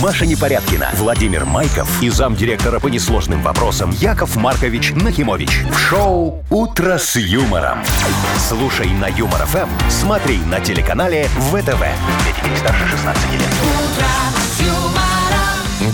Маша Непорядкина, Владимир Майков и замдиректора по несложным вопросам Яков Маркович Нахимович. В шоу «Утро с юмором». Слушай на Юмор ФМ, смотри на телеканале ВТВ. Для детей старше 16 лет.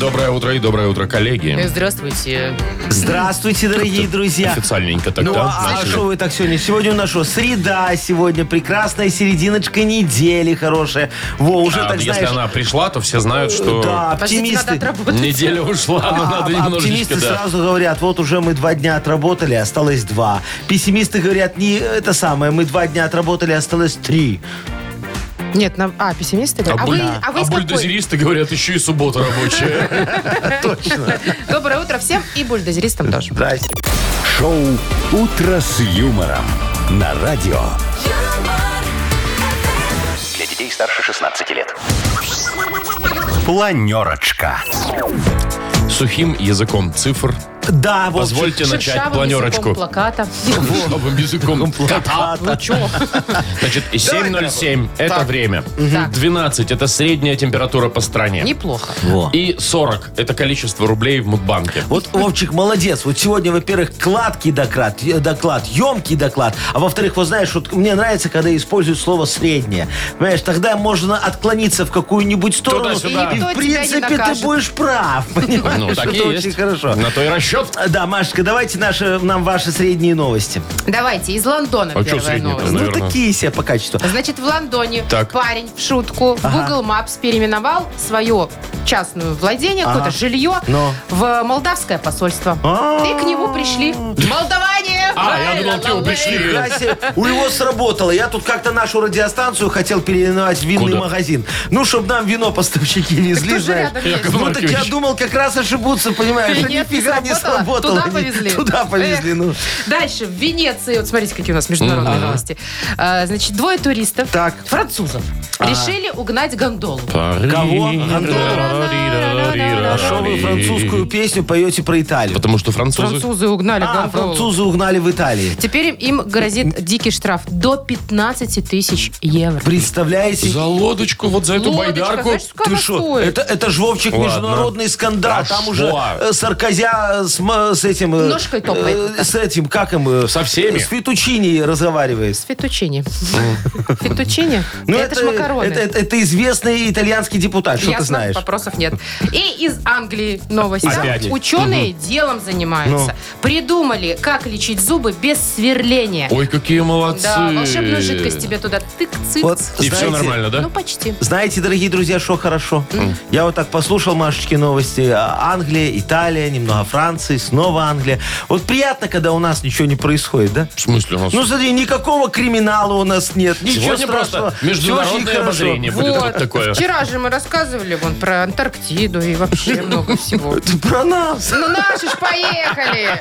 Доброе утро и доброе утро, Э, коллеги. Э, Здравствуйте. Здравствуйте, дорогие друзья. Официальненько тогда. Ну, а начали. что вы так сегодня? Сегодня у нас что? Среда сегодня, прекрасная серединочка недели хорошая. Во, уже А так если знаешь... она пришла, то все знают, что Да, Подождите, надо оптимисты. отработать. неделя ушла, но А, Ну, надо а, немножечко, оптимисты да. сразу говорят, вот уже мы два дня отработали, осталось два. Пессимисты говорят, не это самое, мы два дня отработали, осталось три. Нет, нам... А, пессимисты? говорят. А, вы, а вы а из какой? бульдозеристы говорят, еще и суббота рабочая. Доброе утро всем и бульдозеристам тоже. Здрасте. Шоу «Утро с юмором» на радио. Для детей старше 16 лет. Планерочка. Сухим языком цифр. Да, вот. Позвольте начать Шершавым языком планерочку. плаката. Шершавым языком кота. Ну чё? Значит, 7.07 – это время. Так. 12 – это средняя температура по стране. Неплохо. Во. И 40 – это количество рублей в Мудбанке. Вот Вовчик молодец. Вот сегодня, во-первых, кладкий доклад, э, доклад, емкий доклад. А во-вторых, вот знаешь, вот мне нравится, когда используют слово «среднее». Понимаешь, тогда можно отклониться в какую-нибудь сторону. Туда-сюда. И, И никто в тебя принципе, не ты накажет. будешь прав. Понимаешь, Ну, так и это есть. очень хорошо. На то и расчет. Да, Машечка, давайте наши, нам ваши средние новости. Давайте, из Лондона А чё первая средний-то? новость. Наверное. Ну, такие себе по качеству. Значит, в Лондоне Так. парень в шутку в Google Maps переименовал свое частное владение, какое-то жилье, Но. в молдавское посольство. А. И к нему пришли молдаване! А, я думал, к нему пришли. Нифига себе. У него сработало. Я тут как-то нашу радиостанцию хотел переименовать в винный Куда? магазин. Ну, чтобы нам вино поставщики везли, же знаешь. рядом есть? Яков Ну, так я Маркович. думал, как раз ошибутся, понимаешь. Нет, А Нифига не не сработало. сработало. Туда повезли. Туда повезли, Эх. ну. Дальше, в Венеции, вот смотрите, какие у нас международные новости. А, Значит, двое туристов, Так. А. французов, решили угондолу. гондолу. Кого? А А что вы французскую песню поете про Италию? Потому что французы... Французы угнали А, гондолу. французы угнали в Италии. Теперь им- им грозит дикий штраф до 15 тысяч евро. Представляете? За лодочку, вот за эту Лодочка, байдарку. знаешь, сколько Ты шо? стоит? Это, это ж, Вовчик, Ладно. международный скандал. Там Пошла. уже э, саркозя с, м- с этим... э, Ножкой топает. э, С этим, как им... э, Со всеми? С Фетучини разговаривает. Фетучини. Фетучини? Ну, это, же макароны. Это, это- это известный итальянский депутат, что Ясно, ты знаешь. вопросов нет. И из Англии новость. Там Опять. Ученые делом занимаются. Ну. Придумали, как лечить зубы без сверления. Ой, какие молодцы. Да, волшебную жидкость тебе туда тык-цыц. Вот, И все Знаете, нормально, да? Ну, почти. Знаете, дорогие друзья, что хорошо? Я вот так послушал Машечки новости. А, Англия, Италия, немного Франции, снова Англия. Вот приятно, когда у нас ничего не происходит, да? В смысле у нас? Ну, смотри, никакого криминала у нас нет. Ничего Сегодня страшного. просто Всё очень международное хорошо. обозрение будет вот такое. Вчера же мы рассказывали вон про Антарктиду и вообще много всего. Это про нас. Ну наши ж поехали!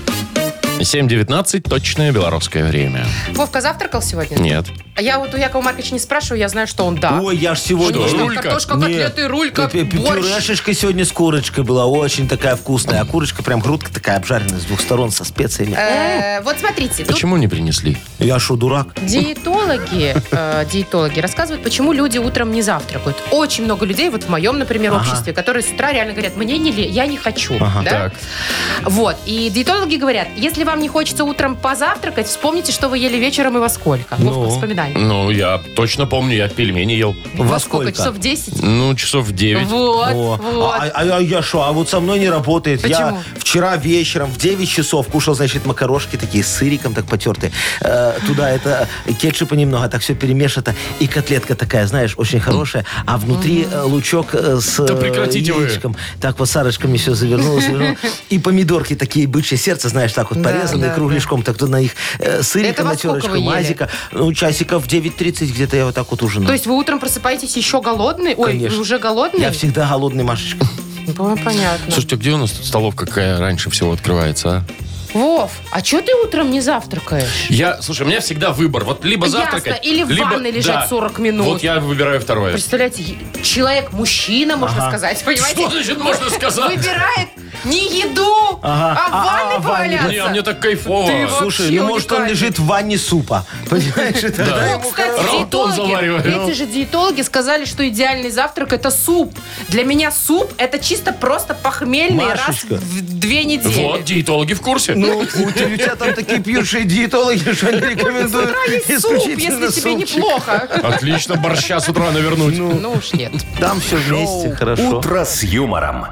7.19, точное белорусское время. Вовка завтракал сегодня? Нет. А я вот у Якова Марковича не спрашиваю, я знаю, что он да. Ой, я ж Что, сегодня... Конечно, рулька? картошка, котлеты, рулька, Пю- пю- борщ. Пюрешечка сегодня с курочкой была очень такая вкусная. А курочка прям грудка такая обжаренная с двух сторон со специями. Э, Вот смотрите, тут Почему не принесли? Я шо, дурак? диетологи, э, диетологи рассказывают, почему люди утром не завтракают. Очень много людей, вот в моем, например, обществе, которые с утра реально говорят, мне не ле, я не хочу. да? так. Вот. И диетологи говорят, если вам не хочется утром позавтракать, вспомните, что вы ели вечером и во сколько. Ну. Вовка, вспоминай. Ну, я точно помню, я пельмени ел. Во, сколько? Часов 10? Ну, часов в 9. Вот, О, вот. А, а- а я что? А вот со мной не работает. Почему? Я вчера вечером в 9 часов кушал, значит, макарошки такие с сыриком так потертые. Э, туда это кетчупа немного, так все перемешано. И котлетка такая, знаешь, очень хорошая. А внутри э, лучок э, с Да э, прекратите вы. яичком. Так вот сарочками все завернулось. завернулось. И помидорки такие бычье сердце, знаешь, так вот Да, порезанные да, кругляшком. Так тут на них э, Это сырика во на сколько терочку, вы ели? мазика. Ну, часиков в 9.30 где-то я вот так вот ужинал. То есть вы утром просыпаетесь еще голодный? Ой, Конечно. уже голодный? Я всегда голодный, Машечка. Было понятно. Слушайте, а где у нас тут столовка какая раньше всего открывается, а? Вов, а что ты утром не завтракаешь? Я, слушай, у меня всегда выбор. Вот либо Ясно, завтракать, или в ванной лежать 40 минут. Вот я выбираю второе. Представляете, е- человек, мужчина, можно сказать, понимаете? Что значит можно сказать? Выбирает Не еду, Ага. а в ванной А, а, в ванне. поваляться. Не, а мне так кайфово. Ты вот- Слушай, Вообще ну может он уникально. лежит в ванне супа. Понимаешь, и тогда Ну, ему кстати, Ротон завариваю. диетологи, эти же диетологи сказали, что идеальный завтрак это суп. Для меня суп это чисто просто похмельный Машечка. раз в две недели. Вот, диетологи в курсе. Ну, у тебя, у тебя там такие пьющие диетологи, что они рекомендуют Ну, а Есть суп, если исключительно тебе супчик. неплохо. Отлично, борща с утра навернуть. Ну уж нет. Там все вместе, хорошо. Утро с юмором.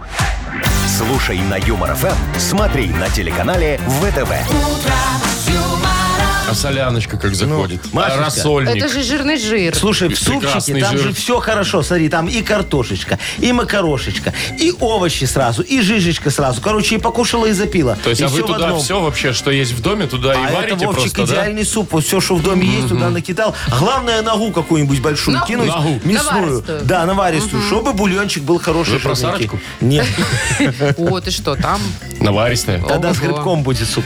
Слушай на Юмор ФМ, смотри на телеканале ВТВ. А соляночка как заходит. А Машечка, рассольник. Ну, Это же жирный жир. Слушай, в Прекрасный супчике там жир. же все хорошо. Смотри, там и картошечка, и макарошечка, и овощи сразу, и жижечка сразу. Короче, и покушала, и запила. То есть, и а вы всё в туда одном. все вообще, что есть в доме, туда А и это, варите Вовчик, просто, да? идеальный суп. Вот все, что в доме есть, туда накидал. Главное, ногу какую-нибудь большую Ногу. кинуть. Ногу. Мясную. Наваристую. Да, наваристую. Чтобы бульончик был хороший. Вы про жирненький. Сарочку? Нет. Вот и что там. Наваристое. Тогда с Ого. грибком будет суп.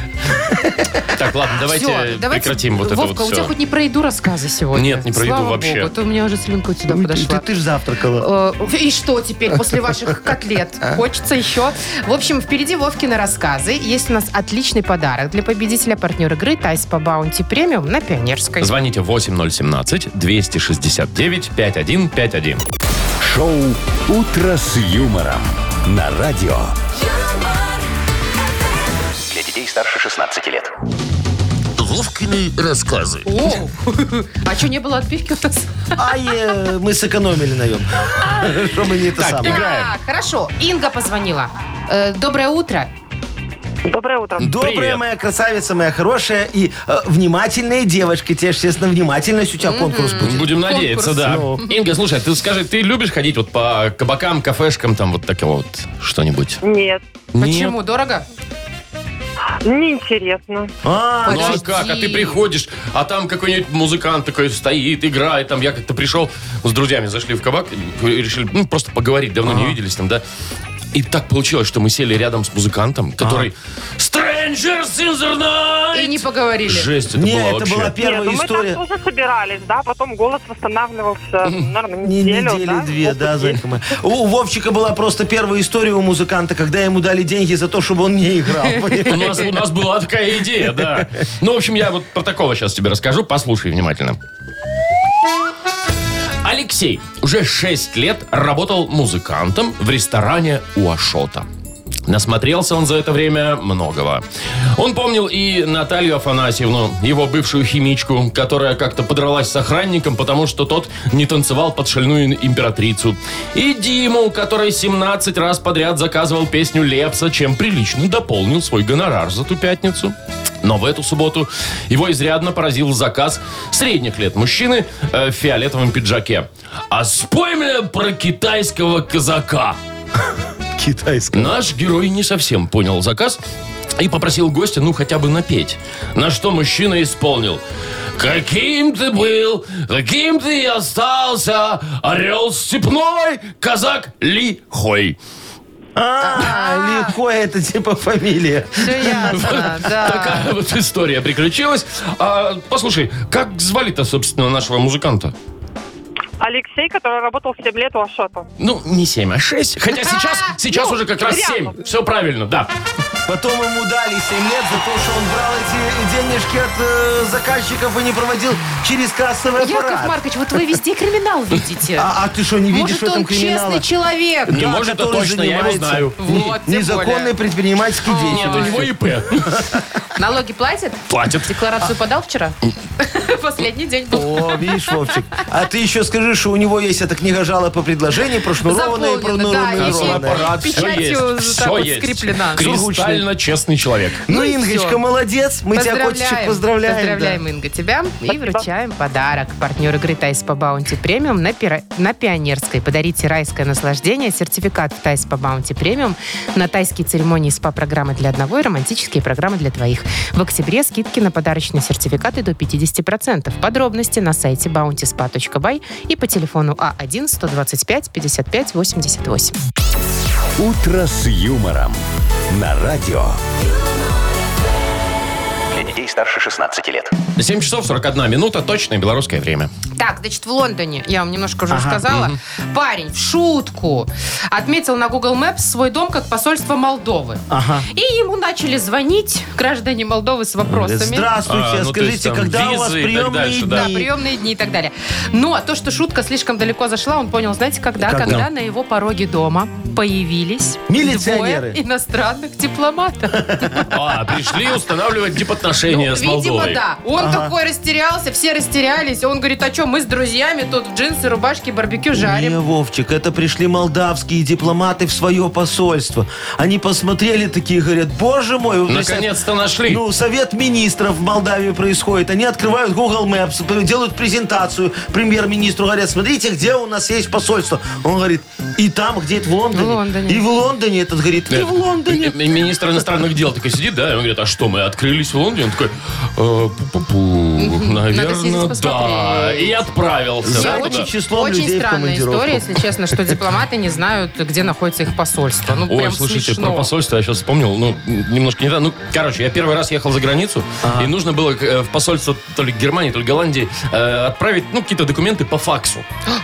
Так, ладно, давайте Всё, прекратим вот это Вовка, вот у тебя все. хоть не про еду рассказы сегодня. Нет, не про еду Слава вообще. Богу, а то у меня уже слюнка у тебя Ой, ты- подошла. Ты ты ж завтракала. Э, И что теперь после ваших котлет? Хочется еще. В общем, впереди Вовкины рассказы. Есть у нас отличный подарок для победителя партнер игры Тайс по Баунти Премиум на Пионерской. Звоните 8017-269-5151. Шоу Утро с юмором на радио. Для детей старше 16 лет. Вовкины рассказы. О, а что, не было отбивки у нас? А э, мы сэкономили на нем. Что мы не это самое. Играем. Так, хорошо. Инга позвонила. Э, Доброе утро. Доброе утро. Добрая Привет. моя красавица, моя хорошая и э, внимательная девочка. Тебе, ж, естественно, внимательность у тебя конкурс будет. Будем надеяться, да. Ну. Инга, слушай, ты скажи, ты любишь ходить вот по кабакам, кафешкам, там вот такого вот что-нибудь? Ну, Нет, Почему? Дорого? неинтересно. А, Ну а Подожди. как? А ты приходишь, а там какой-нибудь музыкант такой стоит, играет. Там я как-то пришел с друзьями, зашли в кабак, и решили ну, просто поговорить, давно не виделись там, да. И так получилось, что мы сели рядом с музыкантом, который... Strangers in the night! И не поговорили. Жесть, это не, была это вообще. была Нет, первая ну мы история. там тоже собирались, да, потом голос восстанавливался, наверное, Не, неделю, недели да? Ну, две, опыт да, есть. Зайка моя. У Вовчика была просто первая история у музыканта, когда ему дали деньги за то, чтобы он не играл. У нас, у нас была такая идея, да. Ну, в общем, я вот про такого сейчас тебе расскажу. Послушай внимательно. Алексей уже 6 лет работал музыкантом в ресторане у Ашота. Насмотрелся он за это время многого. Он помнил и Наталью Афанасьевну, его бывшую химичку, которая как-то подралась с охранником, потому что тот не танцевал под шальную императрицу. И Диму, который 17 раз подряд заказывал песню Лепса, чем прилично дополнил свой гонорар за ту пятницу. Но в эту субботу его изрядно поразил заказ средних лет мужчины э, в фиолетовом пиджаке. А спой мне про китайского казака. Китайская. Наш герой не совсем понял заказ и попросил гостя, ну, хотя бы напеть. На что мужчина исполнил. Каким ты был, каким ты и остался, орел степной, казак лихой. А, лихой это типа фамилия. Все ясно, да. Такая вот история приключилась. А, послушай, как звали-то, собственно, нашего музыканта? Алексей, который работал 7 лет у Ашота. Ну, не 7, а 6. Хотя сейчас, сейчас ну, уже как раз рядом. 7. Все правильно, да. Потом ему дали 7 лет за то, что он брал эти денежки от э, заказчиков и не проводил через а кассовый Яков аппарат. Маркович, вот вы везде криминал видите. А, а ты что, не видишь Может, в этом он криминала? честный человек. Не может, а который точно, я его занимается знаю. Вот, тем Незаконной более. предпринимательской Нет, у деятельностью. него ИП. Налоги платят? Платят. А. Декларацию подал вчера? Последний день был. О, видишь, Вовчик. А ты еще скажи, что у него есть эта книга жалоб по предложению, прошнурованная и Заполнена, да, Кассовый Кассовый пронумерованная. аппарат, все есть. Печатью так Все вот есть. скреплена. Кристально честный человек. Ну, Ну и Ингочка, всё. молодец. Мы тебя, котичек, поздравляем. Поздравляем, Инга, тебя. И вручаем подарок. Партнер игры «Тайс по Баунти Премиум» на, Пира- на Пионерской. Подарите райское наслаждение, сертификат в «Тайс по Баунти Премиум» на тайские церемонии СПА-программы для одного и романтические программы для двоих. В октябре скидки на подарочные сертификаты до 50%. Подробности на сайте bountyspa.by и по телефону А А1-125-55-88. Утро с юмором на радио. Для детей старше 16 лет. 7 часов 41 минута, точное белорусское время. Так, значит, в Лондоне, я вам немножко уже рассказала, парень в шутку отметил на Google Maps свой дом как посольство Молдовы. Ага. И ему начали звонить граждане Молдовы с вопросами. Здравствуйте, А, ну, то есть скажите, там когда у вас визы и так приемные дальше, дни? да. Да, приемные дни и так далее. Но то, что шутка слишком далеко зашла, он понял, знаете, когда? Когда? Когда на его пороге дома появились Милиционеры. двое иностранных дипломатов. А, пришли устанавливать дипотношения с Видимо, Молдовой. да. Он такой растерялся, все растерялись. Он говорит, а что, мы с друзьями тут в джинсы, рубашки, барбекю Не, жарим. Вовчик, это пришли молдавские дипломаты в свое посольство. Они посмотрели такие, говорят, боже мой. вы представь- Наконец-то нашли. Ну, совет министров в Молдавии происходит. Они открывают Google Maps, п- делают презентацию премьер-министру, говорят, смотрите, где у нас есть посольство. Он говорит, и там, где это в Лондоне. В Лондоне. И в Лондоне этот говорит, и в Лондоне. М- м- Э, Министр иностранных дел такой сидит, да, и он говорит, а что, мы открылись в Лондоне? Он такой, «Э, пу-пу-пу, съездить наверное, да. посмотреть. И отправился. За да, Я каким туда. очень, числом очень людей в странная командировку? история, если честно, что дипломаты не знают, где находится их посольство. Ну, Ой, прям слушайте, смешно. про посольство я сейчас вспомнил, ну, н- немножко не так. Ну, короче, я первый раз ехал за границу, и нужно было э, в посольство то ли Германии, то ли Голландии э, отправить, ну, какие-то документы по факсу.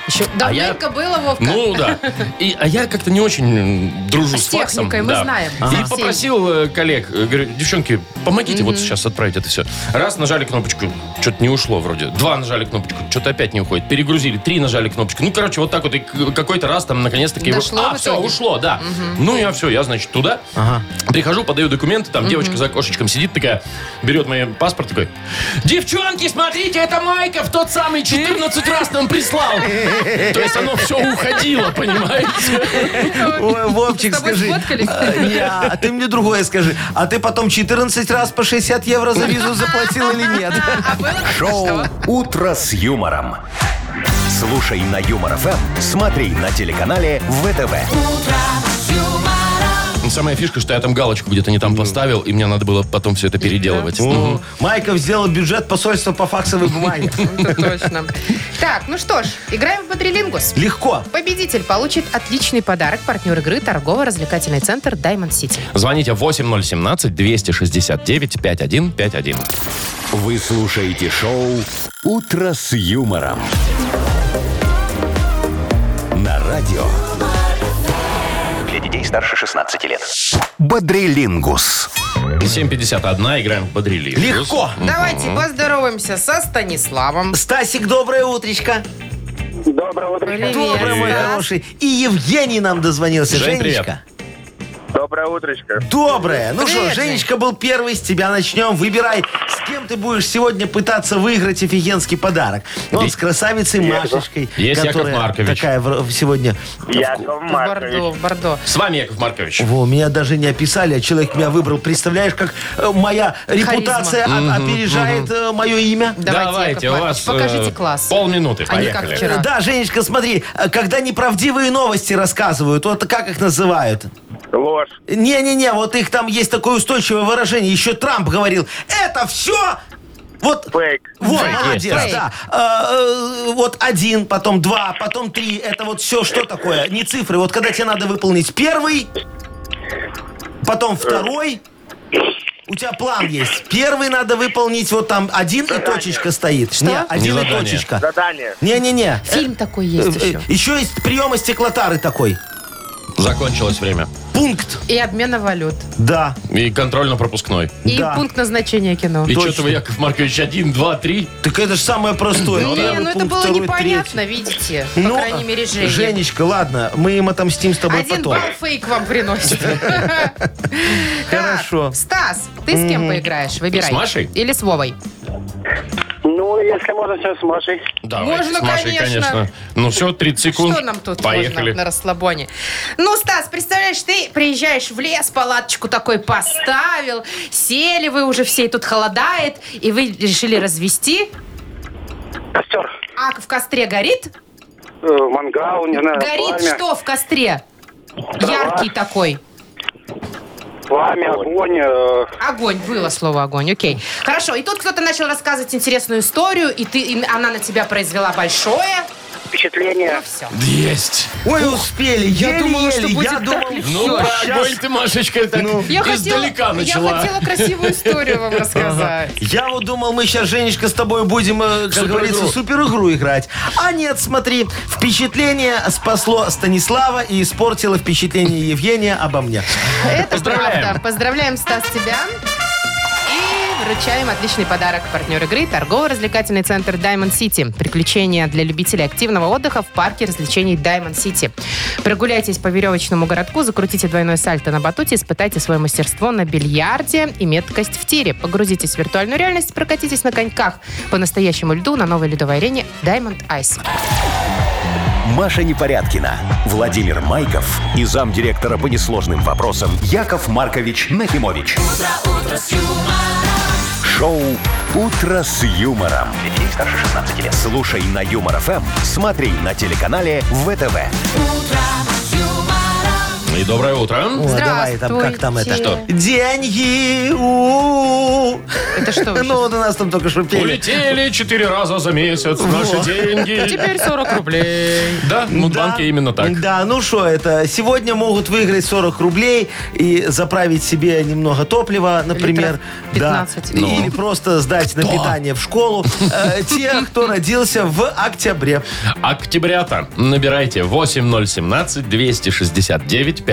Еще А я- давненько было, Вовка. Ну, да. И, а я как-то не очень м, дружу С с, факсом. А техникой, мы да. знаем. И Ага. попросил э, коллег, э, говорю, девчонки, помогите вот сейчас отправить это все. Раз, нажали кнопочку, что-то не ушло вроде. Два, нажали кнопочку, что-то опять не уходит. Перегрузили. Три, нажали кнопочку. Ну, короче, вот так вот. И к- какой-то раз там наконец-таки... его- Дошло а, в все, итоге? ушло, да. Ну, я все, я, значит, туда. Ага. Прихожу, подаю документы, там девочка за окошечком сидит такая, берет мой паспорт такой, девчонки, смотрите, это Майков, тот самый 14 раз нам прислал. То есть оно все уходило, понимаете? Ой, Вовчик, С тобой скажи. сфоткались? а, не, а ты мне другое скажи. А ты потом 14 раз по 60 евро за визу заплатил или нет? А было так, Шоу что? «Утро с юмором». Слушай на Юмор ФМ, смотри на телеканале ВТВ. Самая фишка, что я там галочку где-то не там поставил, и мне надо было потом все это переделывать. Мгм. О, Майков сделал бюджет посольства по факсовой бумаге. ну, Это точно. Так, ну что ж, играем в Бодрилингус. Легко. Победитель получит отличный подарок. Партнер игры торгово-развлекательный центр Diamond City. Звоните 8017-269-5151. Вы слушаете шоу «Утро с юмором». На радио. Для детей старше 16 лет. Бодрилингус. 7.51, играем в бодрили. Легко. Давайте поздороваемся со Станиславом. Стасик, доброе утречко. Доброе утро. Привет, Доброе, мой Стас. хороший. И Евгений нам дозвонился. Жень, Женечка. Доброе утречко. Доброе. Ну Привет, что, Жень. Женечка был первый, с тебя начнем. Выбирай, с кем ты будешь сегодня пытаться выиграть офигенский подарок. Он Есть- с красавицей Машечкой, Есть Яков которая Маркович. такая в- сегодня... Яков В Бордо, Маркович. в Бордо. С вами Яков Маркович. Во, меня даже не описали, а человек меня выбрал. Представляешь, как э, моя репутация о- опережает э, мое имя? Давайте, Давайте, у Яков вас Маркович, покажите э, класс. полминуты, А не как поехали. вчера. Да, Женечка, смотри, э, когда неправдивые новости рассказывают, вот как их называют? Ложь. Не-не-не, вот их там есть такое устойчивое выражение. Еще Трамп говорил, это все... Вот, Фейк. вот, Фейк молодец, есть, да. Э, э, вот один, потом два, потом три. Это вот все, что такое? Не цифры. Вот когда тебе надо выполнить первый, потом второй. У тебя план есть. Первый надо выполнить, вот там один и точечка стоит. Не, один Не и задание. точечка. Задание. Не-не-не. Фильм такой есть Э, еще. Еще Э, есть приемы стеклотары такой. Закончилось время. Пункт. И обмена валют. Да. И контрольно-пропускной. И Да. пункт назначения кино. И Точно. что-то вы, Яков Маркович, один, два, три. Так это же самое простое. Не, Первый ну это пункт, было второй, непонятно, видите, по третий. Ну, крайней мере, Жене. Женечка, ладно, мы им отомстим с тобой Один потом. балл фейк вам приносит. Хорошо. Так, Стас, ты с кем поиграешь? Выбирай. С Машей? Или с Вовой? Ну, если можно, сейчас с Машей. Давайте Можно, с Машей, конечно. конечно. Ну все, 30 секунд. Что нам тут Поехали. можно на расслабоне? Ну, Стас, представляешь, ты приезжаешь в лес, палаточку такой поставил, сели вы уже все, и тут холодает, и вы решили развести, Костер. а в костре горит? Э, мангал, не знаю, Горит пламя. что в костре? Яркий такой. Пламя, огонь. э, Огонь, было слово огонь, окей. Хорошо, и тут кто-то начал рассказывать интересную историю, и ты, и она на тебя произвела большое впечатление. все. Есть. Ой, успели, я еле-еле. думала, что будет я так думал, легко. Ну, всё, как щас. бы ты, Машечка, так Я издалека хотела, начала. я хотела красивую историю вам рассказать. Я вот думал, мы сейчас, Женечка, с тобой будем, э, как Суперигру. говорится, супер игру играть. А нет, смотри, впечатление спасло Станислава и испортило впечатление Евгения обо мне. Это Поздравляем. правда. Поздравляем, Стас, тебя. И вручаем отличный подарок. Партнер игры – торгово-развлекательный центр Diamond City. Приключения для любителей активного отдыха в парке развлечений Diamond City. Прогуляйтесь по веревочному городку, закрутите двойной сальто на батуте, испытайте свое мастерство на бильярде и меткость в тире. Погрузитесь в виртуальную реальность, прокатитесь на коньках по настоящему льду на новой ледовой арене Diamond Ice. Маша Непорядкина, Владимир Майков и замдиректора по несложным вопросам Яков Маркович Нахимович. Шоу Утро с юмором. Для детей старше 16 лет. Слушай на юмор ФМ, смотри на телеканале ВТВ. И доброе утро. О, давай, там, как там это? Здравствуйте. Деньги. у-у-у. Это что вы Ну, вот у нас там только что пели. Улетели четыре раза за месяц наши деньги. А Теперь 40 рублей. Да, в Мудбанке Да. Ну, именно так. Да, ну что это, сегодня могут выиграть 40 рублей и заправить себе немного топлива, например. Да. 15. И- Ну. Или просто сдать на питание в школу э, те, кто родился в октябре. Октябрята. Набирайте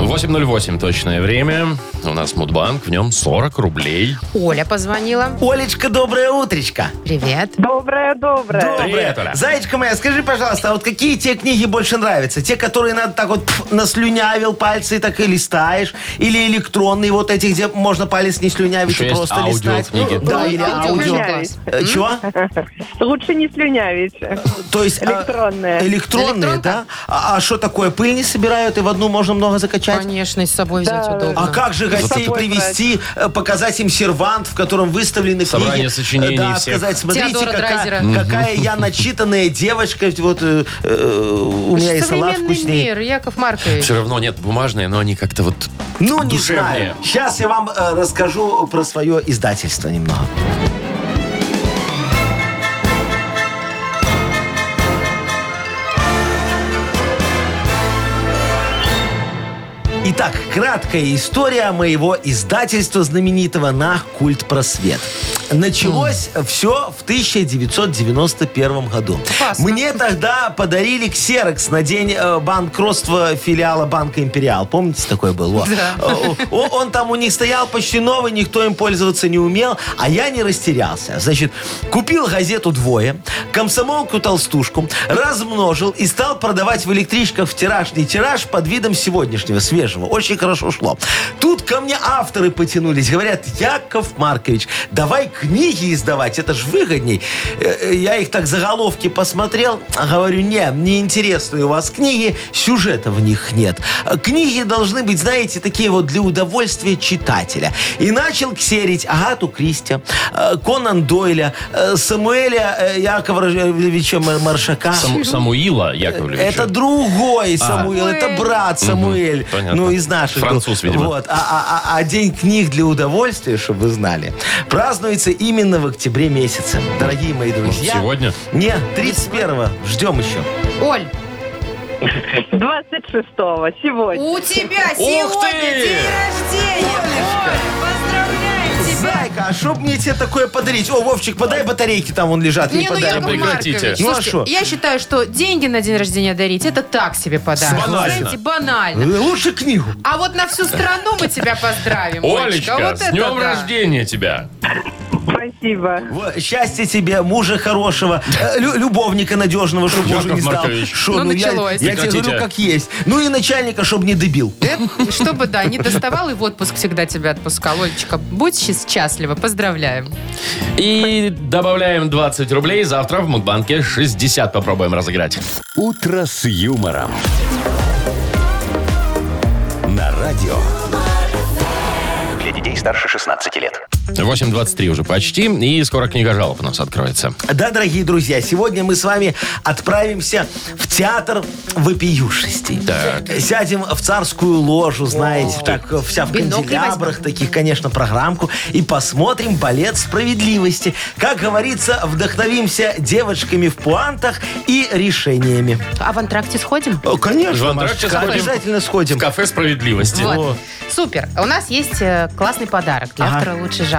8.08 точное время. У нас Мудбанк, в нем 40 рублей. Оля позвонила. Олечка, доброе утречко. Привет. Доброе-доброе. Привет, Оля. Зайчка моя, скажи, пожалуйста, а вот какие тебе книги больше нравятся? Те, которые надо так вот пф, наслюнявил пальцы и так и листаешь? Или электронные вот эти, где можно палец не слюнявить Еще и есть просто листать? Ну, аудиокниги. Да, или аудио. Класс. Э, Чего? Лучше не слюнявите. То есть... а, Электронные. Электронные, Электронка? да? А а что такое? Пыль не собирают, и в одну можно много закачать? Конечно, и с собой взять Да. удобно. А как же гостей Зато- привести, э, показать им сервант, в котором выставлены Собрание книги? сочинений Да, всех. сказать, смотрите, Теодора Драйзера. какая, какая я начитанная девочка. Вот э, э, у меня и салат Современный вкуснее. мир, Яков Маркович. Все равно нет бумажные, но они как-то вот... Ну, не Душевнее. знаю. Сейчас я вам э, расскажу про свое издательство немного. Итак, краткая история моего издательства знаменитого на культ просвет. Началось все в 1991 году. Классно. Мне тогда подарили ксерокс на день э, банкротства филиала Банка Империал. Помните, такой был? Во. Э, о- Он там у них стоял почти новый, никто им пользоваться не умел, а я не растерялся. Значит, купил газету двое, комсомолку толстушку, размножил и стал продавать в электричках в тиражный тираж под видом сегодняшнего, свежего. Очень хорошо шло. Тут ко мне авторы потянулись, говорят, Яков Маркович, давай книги издавать, это же выгодней. Э, э, Я их так заголовки посмотрел, а говорю, не, мне интересны у вас книги, сюжета в них нет. Э, Книги должны быть, знаете, такие вот для удовольствия читателя. И начал ксерить Агату Кристи, э, Конан Дойля, э, Самуэля э, Яковлевича Мар- Маршака. А. Сам- Самуила Яковлевича. Это другой Самуил, это брат Самуэль. А. понятно. Ну, из наших. был. Француз, видимо. Вот. А, а- а- а День книг для удовольствия, чтобы вы знали, празднуется именно в октябре месяце. Дорогие мои друзья. сегодня? Не, 31-го. Ждем еще. Оль, 26-го сегодня. у тебя Ух сегодня ты! день рождения. Оль, поздравляем тебя. Зайка, а что мне тебе такое подарить? О, Вовчик, подай батарейки, там вон лежат. Не, ну подай. Яков прекратите. Маркович, Ну, а слушайте, шо? я считаю, что деньги на день рождения дарить, это так себе подарок. Банально. Знаете, банально. Э, Лучше книгу. А вот на всю страну мы тебя поздравим, Олечка, Вот с это днем да. рождения тебя. Спасибо. Вот, счастья тебе, мужа хорошего, э, лю- любовника надежного, чтобы Яков мужа не стал. Маркович. Шо, Ну, я, началось. я тебе Прекратите. говорю, как есть. Ну и начальника, чтобы не дебил. Э, Чтобы, да, не доставал и в отпуск всегда тебя отпускал. Олечка, будь счаст- счастлива. Поздравляем. И добавляем 20 рублей. Завтра в Мудбанке 60 попробуем разыграть. Утро с юмором. На радио. Для детей старше 16 лет. 8.23 уже почти, и скоро книга жалоб у нас откроется. Да, дорогие друзья, сегодня мы с вами отправимся в театр вопиюшестей. Так. Сядем в царскую ложу, знаете, так э, вся в Бинокли канделябрах, таких, конечно, программку, и посмотрим балет справедливости. Как говорится, вдохновимся девочками в пуантах и решениями. А в антракте сходим? О, В Конечно, антракте Машечка, сходим. обязательно сходим. В кафе справедливости. Вот. Супер. У нас есть э, классный подарок для Ага. автора лучшей жалобы.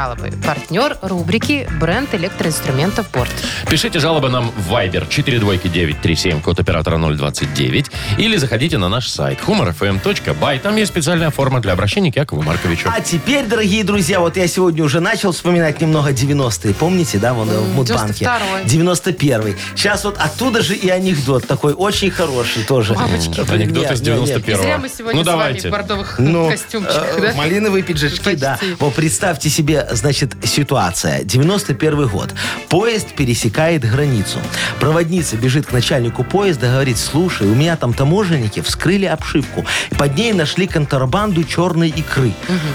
Партнер рубрики бренд электроинструментов Борт. Пишите жалобы нам в Viber 42937, код оператора 029. Или заходите на наш сайт humorfm.by. Там есть специальная форма для обращения к Якову Марковичу. А теперь, дорогие друзья, вот я сегодня уже начал вспоминать немного 90-е. Помните, да, вон э, в Мудбанке? 92-й. 91-й. Сейчас вот оттуда же и анекдот такой очень хороший тоже. Мамочки. Это анекдот из Нет, нет, нет. 91-го. И зря мы сегодня ну, с вами давайте. в бордовых Ну, костюмчиках, э, да? Малиновые пиджачки, да. Почти. Вот представьте себе, значит, ситуация. 91 год. Поезд пересекает границу. Проводница бежит к начальнику поезда, говорит, слушай, у меня там таможенники вскрыли обшивку. Под ней нашли контрабанду черной икры.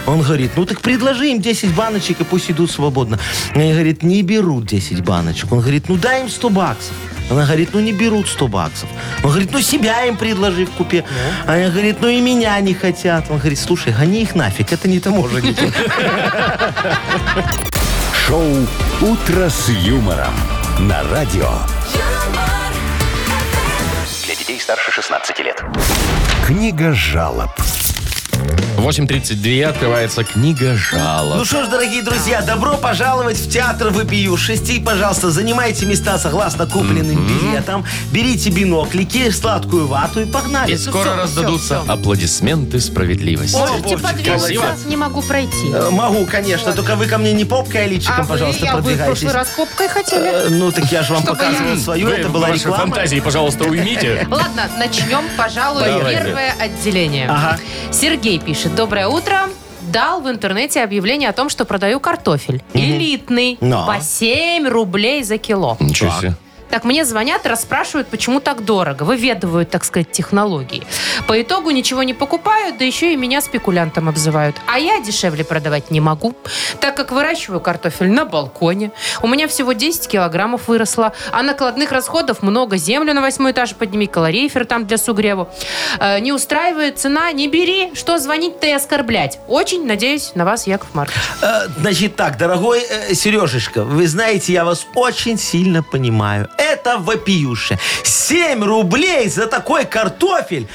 Он говорит, ну так предложи им 10 баночек и пусть идут свободно. Они говорит, не берут 10 баночек. Он говорит, ну дай им 100 баксов. Она говорит, ну не берут 100 баксов. Он говорит, ну себя им предложи в купе. Она говорит, ну и меня не хотят. Он говорит, слушай, гони их нафиг, это не таможенники. Шоу «Утро с юмором» на радио. юмор, Для детей старше 16 лет. Книга жалоб. 8.32 открывается книга жалоб. Ну что ж, дорогие друзья, добро пожаловать в театр выпию. Шести, пожалуйста, занимайте места согласно купленным билетам. Берите биноклики, сладкую вату и погнали. И скоро раздадутся аплодисменты справедливости. Можете красиво. подвинуться, не могу пройти. Э, Могу, конечно, только вы ко мне не попкой, а личиком, пожалуйста, а вы в прошлый продвигайтесь. раз копкой хотели? Э, Ну, так я же вам Чтобы показывал я- свою, Вы это была ваши реклама. фантазии, пожалуйста, уймите. Ладно, начнем, пожалуй, Давайте. первое отделение. Ага. Сергей пишет. Доброе утро. Дал в интернете объявление о том, что продаю картофель. Элитный. Но. По 7 рублей за кило. Ничего себе. Так, мне звонят, расспрашивают, почему так дорого. Выведывают, так сказать, технологии. По итогу ничего не покупают, да еще и меня спекулянтом обзывают. А я дешевле продавать не могу, так как выращиваю картофель на балконе. У меня всего 10 килограммов выросло, а накладных расходов много. Землю на восьмой этаж подними, калорифер там для сугрева. Э, не устраивает цена, не бери. Что звонить-то и оскорблять? Очень надеюсь на вас, Яков Маркович. Э, Значит так, дорогой э, Сережечка, вы знаете, я вас очень сильно понимаю. Это вопиюше. 7 рублей за такой картофель.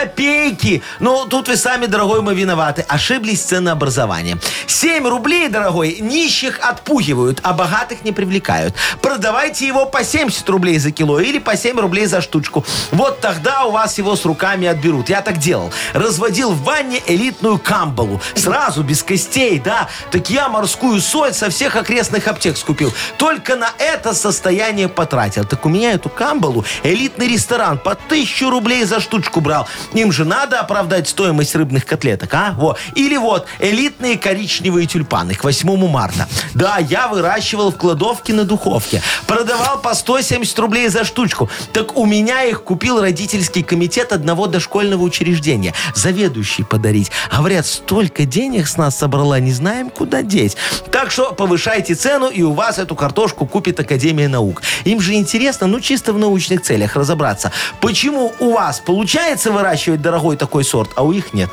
Копейки. Ну, тут вы сами, дорогой, мы виноваты. Ошиблись с ценообразованием. 7 рублей, дорогой, нищих отпугивают, а богатых не привлекают. Продавайте его по 70 рублей за кило или по 7 рублей за штучку. Вот тогда у вас его с руками отберут. Я так делал. Разводил в ванне элитную камбалу. Сразу, без костей, да. Так я морскую соль со всех окрестных аптек скупил. Только на это состояние потратил. Так у меня эту камбалу элитный ресторан по 1000 рублей за штучку брал. Им же надо оправдать стоимость рыбных котлеток, а? Во. Или вот, элитные коричневые тюльпаны к 8 марта. Да, я выращивал в кладовке на духовке. Продавал по 170 рублей за штучку. Так у меня их купил родительский комитет одного дошкольного учреждения. Заведующий подарить. Говорят, столько денег с нас собрала, не знаем, куда деть. Так что повышайте цену, и у вас эту картошку купит Академия наук. Им же интересно, ну, чисто в научных целях разобраться. Почему у вас получается выращивать дорогой такой сорт, а у их нет?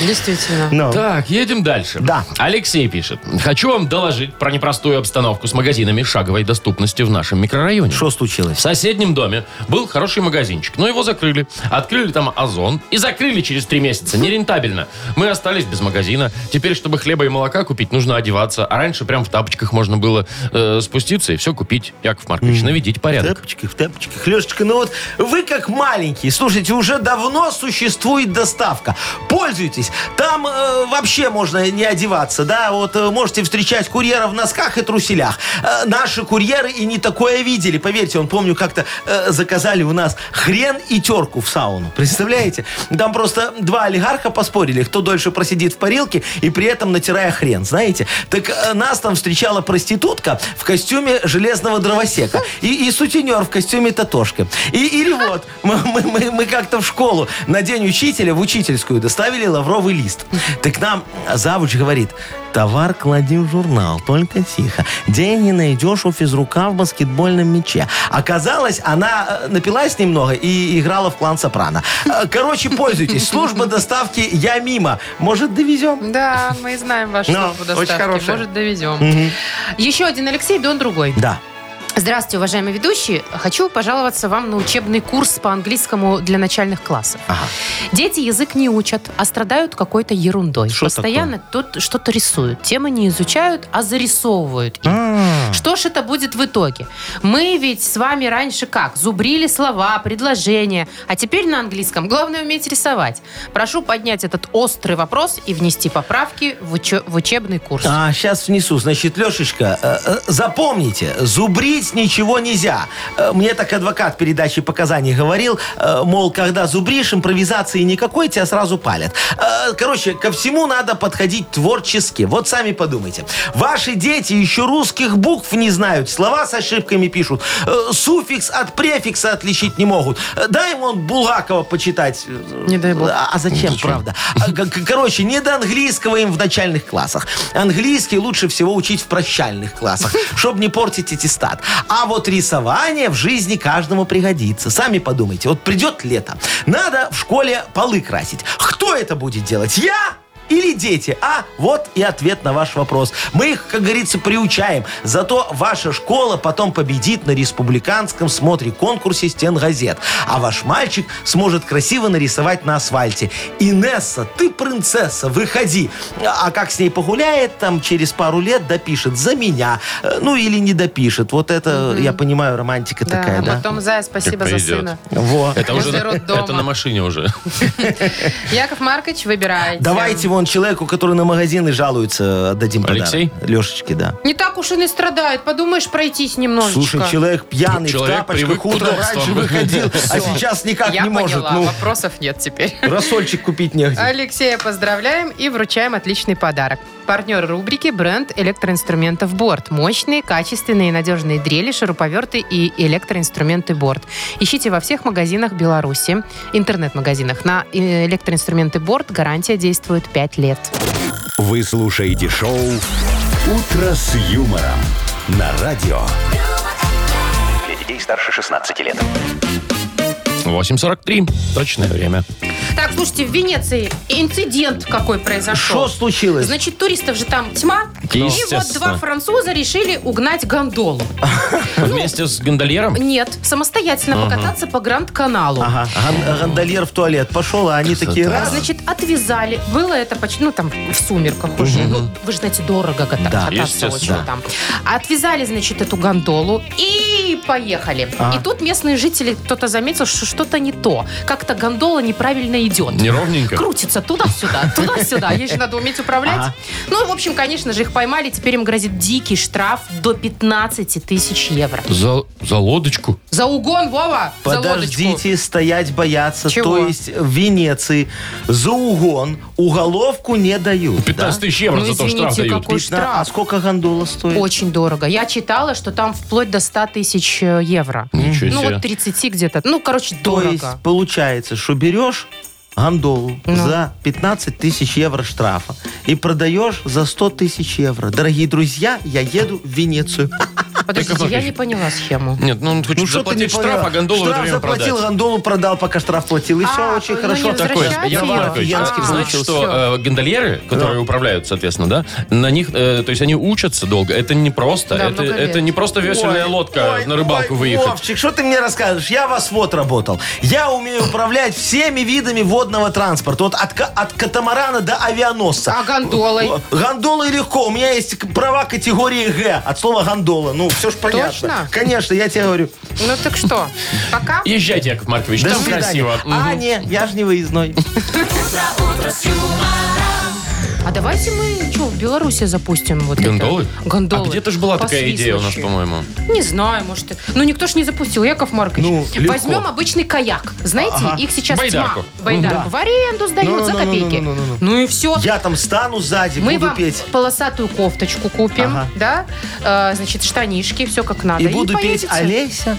Действительно. Так, едем дальше. Да. Алексей пишет. Хочу вам доложить про непростую обстановку с магазинами шаговой доступности в нашем микрорайоне. Что В случилось? соседнем доме был хороший магазинчик, но его закрыли. Открыли там Озон и закрыли через три месяца. Нерентабельно. Мы остались без магазина. Теперь, чтобы хлеба и молока купить, нужно одеваться. А раньше прям в тапочках можно было э, спуститься и все купить. Яков Маркович, наведите В порядок. тапочках, в тапочках. Лешечка, ну вот вы как маленький. Слушайте, уже давно существует доставка. Пользуйтесь. Там э, вообще можно не одеваться, да? Вот э, можете встречать курьера в носках и труселях. Э, наши курьеры и не такое видели. Поверьте, он, помню, как-то э, заказали у нас хрен и терку в сауну. Представляете? Там просто два олигарха поспорили, кто дольше просидит в парилке и при этом натирая хрен, знаете? Так э, нас там встречала проститутка в костюме железного дровосека и, и сутенер в костюме татошки. И, или вот, мы, мы- мы- мы как-то в школу на день учителя, в учительскую, доставили лавровый лавровый лист. Так нам завуч говорит, товар клади в журнал, только тихо. День не найдешь у физрука в баскетбольном мяче. Оказалось, она э, напилась немного и играла в клан Сопрано. Э, Короче, пользуйтесь. Служба доставки «Я мимо». Может, довезем? Да, мы знаем вашу Ну, службу очень доставки. хорошая. Может, довезем. Еще один Алексей, да он другой. Да. Здравствуйте, уважаемые ведущие. Хочу пожаловаться вам на учебный курс по английскому для начальных классов. Дети язык не учат, а страдают какой-то ерундой. Что Постоянно тут что-то рисуют. Темы не изучают, а зарисовывают. их. А. Что ж это будет в итоге? Мы ведь с вами раньше как? Зубрили слова, предложения. А теперь на английском. Главное уметь рисовать. Прошу поднять этот острый вопрос и внести поправки в, учё- в учебный курс. А, сейчас внесу. Значит, Лешечка, э, э, запомните, зубрить ничего нельзя. Э, Мне так адвокат передачи показаний говорил, э, мол, когда зубришь, импровизации никакой, тебя сразу палят. Э, Короче, ко всему надо подходить творчески. Вот сами подумайте. Ваши дети еще русских букв не знают, слова с ошибками пишут, э, суффикс от префикса отличить не могут. Э, Дай ему Булгакова почитать. Не дай бог. А а зачем, правда? А, к- к- Короче, не до английского им в начальных классах. Английский лучше всего учить в прощальных классах, чтобы не портить аттестат. А вот рисование в жизни каждому пригодится. Сами подумайте, вот придет лето, надо в школе полы красить. Кто это будет делать? Я? Или дети? А вот и ответ на ваш вопрос. Мы их, как говорится, приучаем. Зато ваша школа потом победит на республиканском смотре конкурсе стен газет. А ваш мальчик сможет красиво нарисовать на асфальте. Инесса, ты принцесса, выходи. А как с ней погуляет, там через пару лет допишет за меня. Э, Ну или не допишет. Вот это, я понимаю, романтика Да, а такая, да? потом, Зая, спасибо Как за повезет. сына. Во. Это уже Возле роддома. это на машине уже. Яков Маркович, выбирайте. Давайте вон человеку, который на магазины жалуется, отдадим подарок. Алексей? Лешечке, да. Не так уж и не страдают. Подумаешь, пройтись немножечко. Слушай, человек пьяный, Человек в тапочках привык к утром раньше удобствам. выходил, а Всё. сейчас никак Я не может. поняла, Ну, вопросов нет теперь. рассольчик купить негде. Алексея поздравляем и вручаем отличный подарок. Партнер рубрики «Бренд электроинструментов Борт». Мощные, качественные и надежные дрели, шуруповерты и электроинструменты Борт. Ищите во всех магазинах Беларуси, интернет-магазинах. На э, электроинструменты Борт гарантия действует 5 лет. Вы слушаете шоу «Утро с юмором» на радио. Для детей старше 16 лет. 8.43. Точное время. Так, слушайте, в Венеции инцидент какой произошел. Что случилось? Значит, туристов же там тьма. И вот Естественно. два француза решили угнать гондолу. Вместе с гондольером? Нет, самостоятельно покататься по Гранд-каналу. Ага, ган- гондольер в туалет пошел, а они такие А, раз. Значит, отвязали. Было это почти, ну, там, в сумерках. Вы же, ну, вы же знаете, дорого ката- кататься естественно. очень там. Отвязали, значит, эту гондолу и поехали. Ага. И тут местные жители, кто-то заметил, что что-то не то. Как-то гондола неправильно идет. Неровненько. Крутится туда-сюда, туда-сюда. Ей же надо уметь управлять. Ага. Ну, в общем, конечно же, их поймали. Теперь им грозит дикий штраф до 15 тысяч евро. За, за лодочку? За угон, Вова! За лодочку. Подождите, стоять бояться. Чего? То есть в Венеции за угон уголовку не дают. 15 да? тысяч евро Ну, за то извините, штраф дают. какой Пятна- штраф. А сколько гондола стоит? Очень дорого. Я читала, что там вплоть до 100 тысяч э, евро. Ничего Ну, себе. вот 30 где-то. Ну, короче, То дорого. есть получается, что берешь гондолу Ну. за 15 тысяч евро штрафа и продаешь за 100 тысяч евро. Дорогие друзья, я еду в Венецию. Подождите, Яков я Маркович. не поняла схему. Нет, ну он хочет Ну, что ты не заплатить штраф, поняла? а гондолу в это Штраф время заплатил, а продать. гондолу продал, пока штраф платил. И все А, очень ну, хорошо. не Такой, Возвращайте Яков его. Маркович, Офигенский А, значит, получился. что э, гондольеры, которые управляют, соответственно, да, на них, э, то есть они учатся долго, это не просто, Да, это, много лет. это не просто весельная Ой, лодка ой, на рыбалку ой, выехать. Вовчик, что ты мне расскажешь? Я вас вот работал. Я умею управлять всеми видами водного транспорта. Вот от, ка- от катамарана до авианосца. А гондолой? Гондолой легко. У меня есть к- права категории Г от слова гондола. Ну, все ж понятно. Точно? Конечно, я тебе говорю. Ну, так что, пока? Езжайте, Яков Маркович, До А, там свидания. красиво. Мгм. А, не, я же не выездной. А давайте мы что, в Беларуси запустим вот Гондолы? это? Гондолы. А где-то же была такая идея у нас, Посвистывающие. по-моему. Не знаю, может. и- Ну, никто ж не запустил, Яков Маркович. Ну, легко. Возьмем обычный каяк. Знаете, их сейчас Байдарку. тьма. Байдарку. В аренду сдают Ну, за ну, ну, копейки. ну, ну, ну, ну. и все. Я там стану сзади, Мы буду вам петь. полосатую кофточку купим, Ага. да? Э, значит, штанишки, все как надо. И буду петь А, поедете. Олеся,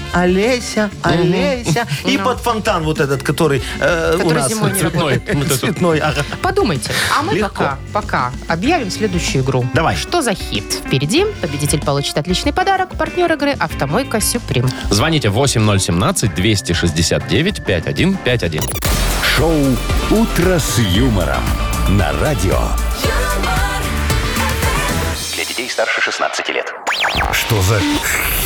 Олеся, Олеся. И под фонтан вот этот, который э, у Который нас. зимой не Цветной. Вот этот. Цветной, ага. Подумайте. А мы Легко. пока, пока объявим следующую игру. Давай. Что за хит? Впереди победитель получит отличный подарок. Партнер игры «Автомойка Сюприм». Звоните 8017-269-5151. Шоу «Утро с юмором» на радио. юмор, Для детей старше 16 лет. Что за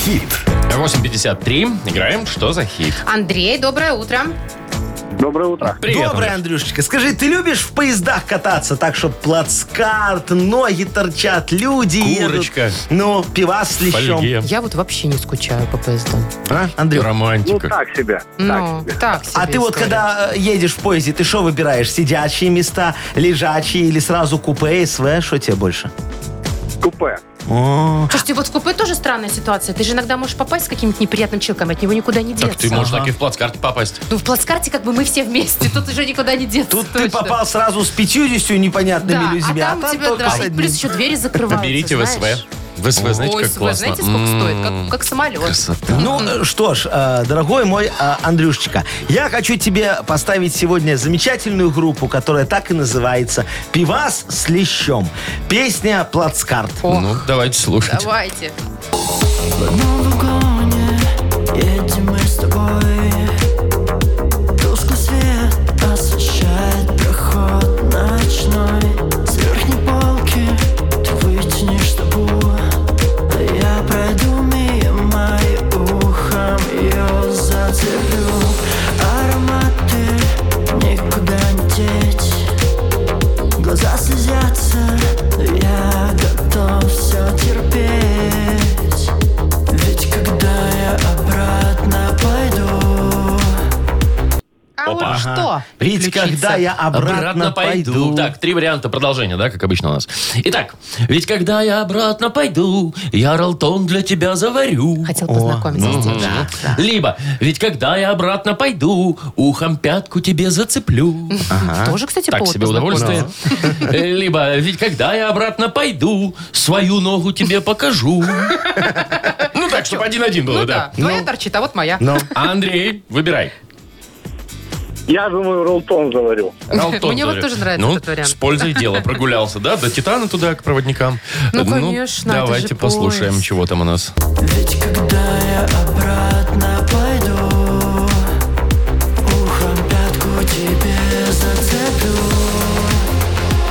хит? 8.53. Играем «Что за хит?». Андрей, доброе утро. Доброе утро. Привет, Добрый, Андрюш. Андрюшечка. Скажи, ты любишь в поездах кататься так, чтобы плацкарт, ноги торчат, люди Курочка. едут? Ну, пивас с лещом. Фольге. Я вот вообще не скучаю по поездам. А, Андрюш? Ну, Романтика. так себе. Ну, так себе А ты вот история. когда э, едешь в поезде, ты что выбираешь? Сидячие места, лежачие или сразу купе, СВ? Что тебе больше? Купе. Слушайте, вот в купе тоже странная ситуация. Ты же иногда можешь попасть с каким-нибудь неприятным человеком, от него никуда не деться. Так ты можешь так и в плацкарт попасть. Ну, в плацкарте как бы мы все вместе, тут уже никуда не деться. Тут ты точно. попал сразу с 50 непонятными да, людьми, а там, у тебя, только да, с и одним. плюс еще двери закрываются, Берите знаешь. ВСВ. ВСВ, знаете, Ой, как СВ, классно. знаете, сколько М, стоит? Как, как самолет. Красота. Ну э, что ж, э, дорогой мой э, Андрюшечка, я хочу тебе поставить сегодня замечательную группу, которая так и называется «Пивас с лещом». Песня «Плацкарт». О, Ну, давайте слушать. давайте. Но в вагоне едем мы с тобой Тусклый свет освещает проход ночной С верхней полки ты вытянешь табу А я пройду мимо и ухом ее зацеплю Ароматы никуда не деть Глаза слезятся, я готов все терпеть ведь когда я обратно пойду, А вот что? Ведь когда я обратно, пойду... Так, три варианта продолжения, да, как обычно у нас. Итак, ведь когда я обратно пойду, я ролтон для тебя заварю. Хотел познакомиться с Мгм. девушкой. Либо, ведь когда я обратно пойду, ухом пятку тебе зацеплю. Тоже, кстати, Так повод себе удовольствие. Э, Либо, ведь когда я обратно пойду, свою ногу тебе покажу. Ну так, чтобы один-один Ну было, да, да. твоя торчит, а вот моя. Ну, Андрей, выбирай. Я думаю, Ролтон заварю. Ралтон Мне вот зовет. тоже нравится ну, этот вариант. С пользой дела прогулялся, да? До Титана туда, к проводникам. Ну, конечно, это Давайте же послушаем, поезд. чего там у нас. ведь когда я обратно пойду, ухом пятку тебе зацеплю.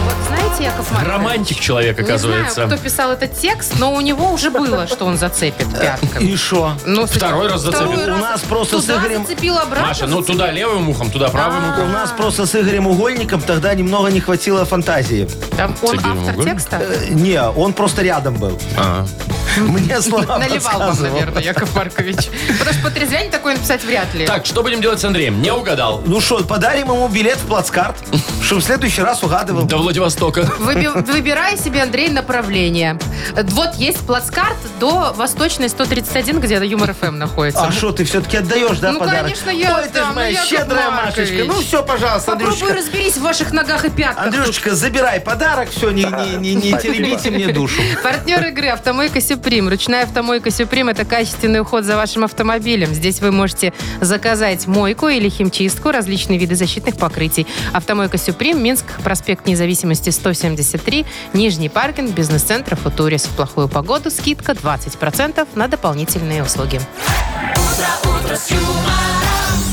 Вот знаете, Яков Маркович? Романтик человек, Не знаю, оказывается. кто писал этот текст, но у него уже было, что он зацепит пяткой. и шо? Ну, Второй раз зацепил. второй раз У нас просто туда с Игорем- зацепил, обратно Маша, ну туда левым ухом, туда А. правым А, У ухом. нас просто с Игорем Угольником тогда немного не хватило фантазии. Там он Сергей автор Мугу. текста? Э, Не, он просто рядом был. А, Мне слова Наливал вам, подсказывал. наверное, Яков Маркович. Потому что потрезвянь такое написать вряд ли. Так, что будем делать с Андреем? Не угадал. Ну что, подарим ему билет в плацкарт, чтобы в следующий раз угадывал. До Владивостока. Выби- Выбирай себе, Андрей, направление. Э, Вот есть плацкарт до Восточной 131, где Юмор ФМ находится. А что, ты все-таки отдаешь, да, Ну, подарок? конечно, я Ой, ты отдам, ж моя ну, Яков щедрая Маркович. Машечка. Ну все, пожалуйста, Попробуй Андрюшечка. разберись в ваших ногах и пятках. Андрюшечка, забирай подарок, все, не, не, не, не теребите мне душу. Партнер игры «Автомойка Сюприм». Ручная «Автомойка Сюприм» — это качественный уход за вашим автомобилем. Здесь вы можете заказать мойку или химчистку, различные виды защитных покрытий. «Автомойка Сюприм», Минск, проспект Независимости, 173, Нижний паркинг, бизнес-центр «Футурис». В плохую погоду скидка 20% на дополнительные услуги.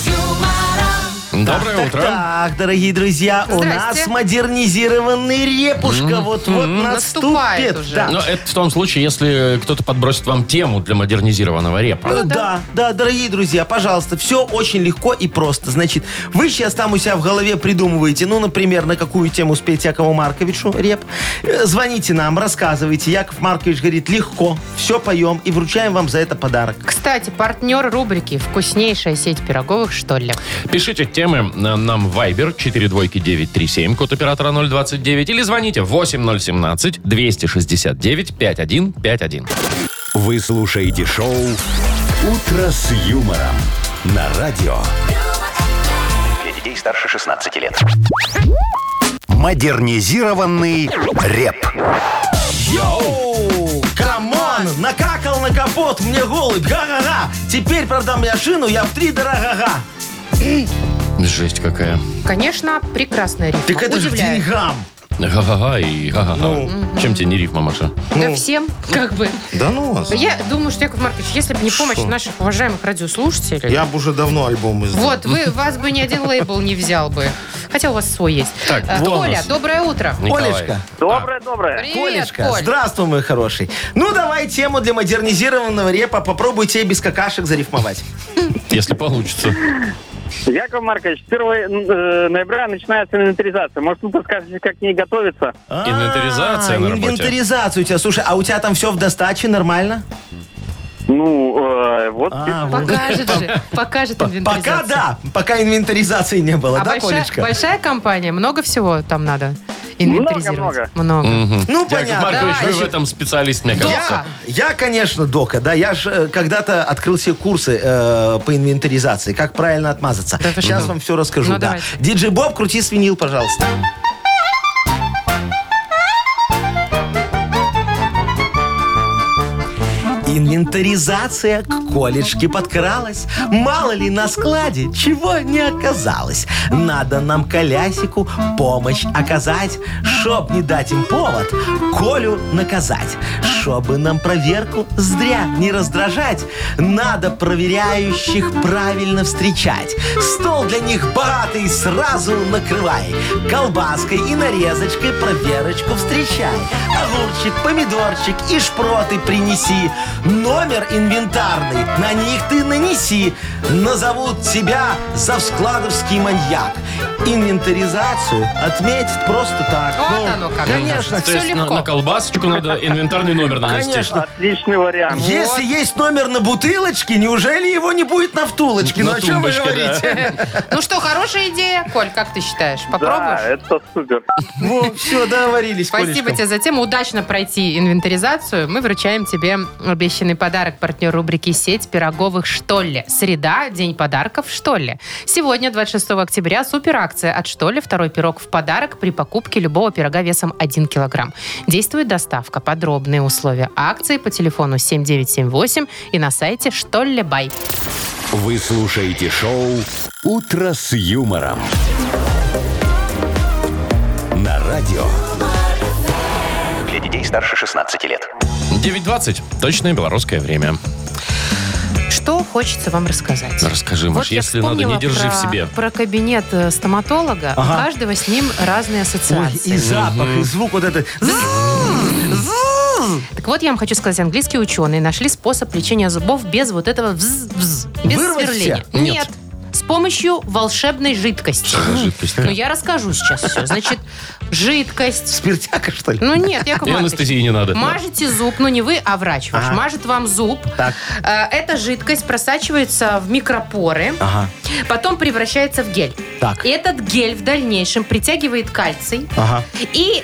с юмором, Доброе так, утро. Так, дорогие друзья, у Здрасте. нас модернизированный репушка вот-вот Наступает наступит. уже. Да. Но это в том случае, если кто-то подбросит вам тему для модернизированного репа. Э, Да, да, дорогие друзья, пожалуйста, все очень легко и просто. Значит, вы сейчас там у себя в голове придумываете, ну, например, на какую тему спеть Якову Марковичу реп. Э, Звоните нам, рассказывайте. Яков Маркович говорит, легко, все поем и вручаем вам за это подарок. Кстати, партнер рубрики «Вкуснейшая сеть пироговых, что ли?» Пишите темы на- нам в Viber 42937, код оператора 029, или звоните 8017-269-5151. Вы слушаете шоу «Утро с юмором» на радио. Для детей старше 16 лет. Модернизированный реп. Йоу! Камон! Накакал на капот мне голубь. Га-га-га! Теперь продам я шину, я в три дорога-га. Жесть какая. Конечно, прекрасная рифма. Так это же к Удивляет. деньгам. Ха-ха-ха и ха-ха-ха. Чем тебе не рифма, Маша? Ну. Да всем, как бы. Да ну вас. Я думаю, что, Яков Маркович, если бы не помощь Что? наших уважаемых радиослушателей, Я бы уже давно альбом издал. вот, вы, вас бы ни один лейбл не взял бы. Хотя у вас свой есть. Так, Э, бонус. Оля, доброе утро. Николай. Олечка. Доброе, доброе. Привет, Колечка, Коль. здравствуй, мой хороший. Ну, давай тему для модернизированного репа. Попробуйте без какашек зарифмовать. Если получится. Яков Маркович, 1 э, ноября начинается инвентаризация. Может, вы подскажете, как к ней готовиться? Инвентаризация А, на работе. Инвентаризация у тебя. Слушай, а у тебя там все в достаче нормально? Ну, э, вот. А, вот. Покажет же, покажет инвентаризация. Пока да, пока инвентаризации не было, А да, большая, Колечка? большая компания, много всего там надо инвентаризировать? Много. Ну, Яков понятно. Маркович, вы в Значит, этом специалист, мне Я, кажется. я, конечно, дока, да, я же когда-то открыл себе курсы э, по инвентаризации, как правильно отмазаться. Да вы Сейчас что? вам все расскажу, Ну, да. давайте. Диджей Боб, крути свинил, пожалуйста. Инвентаризация к колечке подкралась. Мало ли на складе чего не оказалось. Надо нам колясику помощь оказать, чтоб не дать им повод Колю наказать. Чтобы нам проверку зря не раздражать, надо проверяющих правильно встречать. Стол для них богатый сразу накрывай. Колбаской и нарезочкой проверочку встречай. Огурчик, помидорчик и шпроты принеси. Номер инвентарный на них ты нанеси. Назовут тебя завскладовский маньяк. Инвентаризацию отметят просто так. Ну, Вот оно как. Конечно, То есть ну, все на, легко. на колбасочку надо инвентарный номер нанести. Конечно. Отличный вариант. Если есть номер на бутылочке, неужели его не будет на втулочке? На ну о чем вы тумбочке, да. говорите? Ну что, хорошая идея, Коль, как ты считаешь? Да, Попробуешь? это супер. Во, все, договорились, Спасибо Колечка. тебе за тему. Удачно пройти инвентаризацию. Мы вручаем тебе обещанный подарок партнер рубрики «Сеть пироговых «Что ли?». Среда, день подарков «Что ли?». Сегодня, 26 октября, суперакция от «Что ли?». Второй пирог в подарок при покупке любого пирога весом 1 килограмм. Действует доставка. Подробные условия акции по телефону 7978 и на сайте «Что ли бай». Вы слушаете шоу «Утро с юмором». На радио. Для детей старше 16 лет. 9.20. Точное белорусское время. Что хочется вам рассказать? Расскажи, Маш, Вот я если надо, вспомнила не держи про- в себе. Про кабинет э, стоматолога. У Ага. каждого с ним разные Ой, ассоциации. и запах, и звук вот этот. Ну, Так вот, я вам хочу сказать, английские ученые нашли способ лечения зубов без вот этого вз-вз, без Вырвать сверления. все? Нет. С помощью волшебной жидкости. Что за жидкость? Ну, я расскажу сейчас все. Значит, жидкость. Спиртяка, что ли? Ну, нет, Яков И Маркович, анестезии не надо. Мажете зуб, ну не вы, а врач ваш. Ага. Мажет вам зуб. Так. Э, Эта жидкость просачивается в микропоры, Ага, потом превращается в гель. так. И этот гель в дальнейшем притягивает калций, Ага. и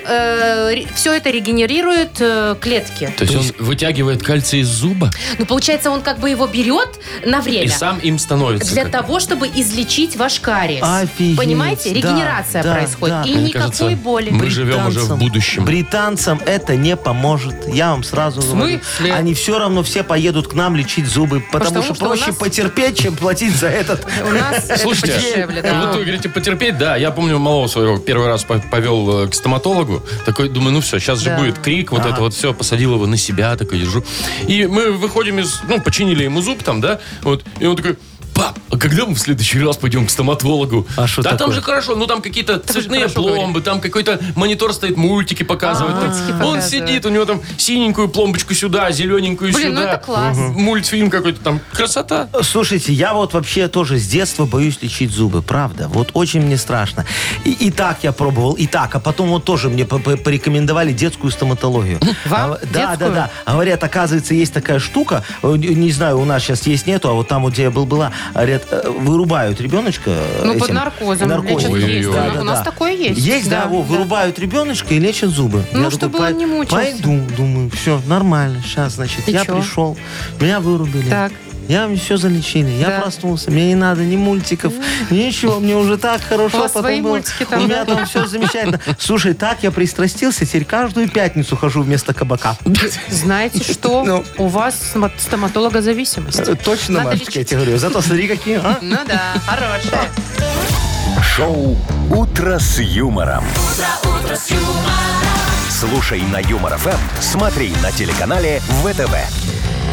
все это регенерирует э, клетки. То есть он вытягивает кальций из зуба Ну, получается, он как бы его берет на время. и сам им становится. Для как- того, чтобы излечить ваш кариес. Офигеть, Понимаете? да, Регенерация да, происходит. да. И Мне никакой кажется, боли. Мы живем уже в Британцам- будущем. Британцам это не поможет. Я вам сразу говорю. смысле? Они все равно все поедут к нам лечить зубы, потому Потому что что у проще нас- потерпеть, чем платить за этот. У нас это Слушайте, подешевле, да. вот вы говорите потерпеть, да. Я помню малого своего первый раз по- повел э, к стоматологу. Такой, думаю, ну все, сейчас же Да. будет крик, вот это вот все. Посадил его на себя, такой держу. И мы выходим из, ну, починили ему зуб там, да, вот. И он такой, «Пф, пап, а когда мы в следующий раз пойдем к стоматологу? А что да там такое? же хорошо, ну там какие-то цветные хорошо пломбы, там какой-то монитор стоит, мультики показывает. А, Там мультики Он показывает. сидит, у него там синенькую пломбочку сюда, зелененькую Блин, ну сюда. это класс. Мгм. Мультфильм какой-то там. Красота. Слушайте, я вот вообще тоже с детства боюсь лечить зубы, правда. Вот очень мне страшно. И, и так я пробовал, и так. А потом вот тоже мне по- по- порекомендовали детскую стоматологию. Вам? А, да, да, Детскую? да. Говорят, оказывается, есть такая штука, э, не не знаю, у нас сейчас есть нету, а вот там, где я был, была, говорят, э, вырубают ребеночка э, Ну, под этим. наркозом лечат кисть. У нас такое есть. Есть, да, Да, во, да. вырубают ребеночка и лечат зубы. Ну, Я чтобы такой, он не пой- мучился. Пойду, думаю, все, нормально. Сейчас, значит, И я чё? пришел, меня вырубили. Так. Я мне все залечили. Я Да. проснулся. Мне не надо ни мультиков, ничего. Мне уже так У хорошо вас потом свои было. мультики там, У меня да? там все замечательно. Слушай, так я пристрастился. Теперь каждую пятницу хожу вместо кабака. Знаете что? Ну. У вас стоматолога зависимость. Э, Точно, Надо Машечка, я тебе говорю. Зато смотри, какие, а? Ну да, хорошая. Шоу «Утро с юмором». Слушай на Юмор ФМ, смотри на телеканале ВТВ.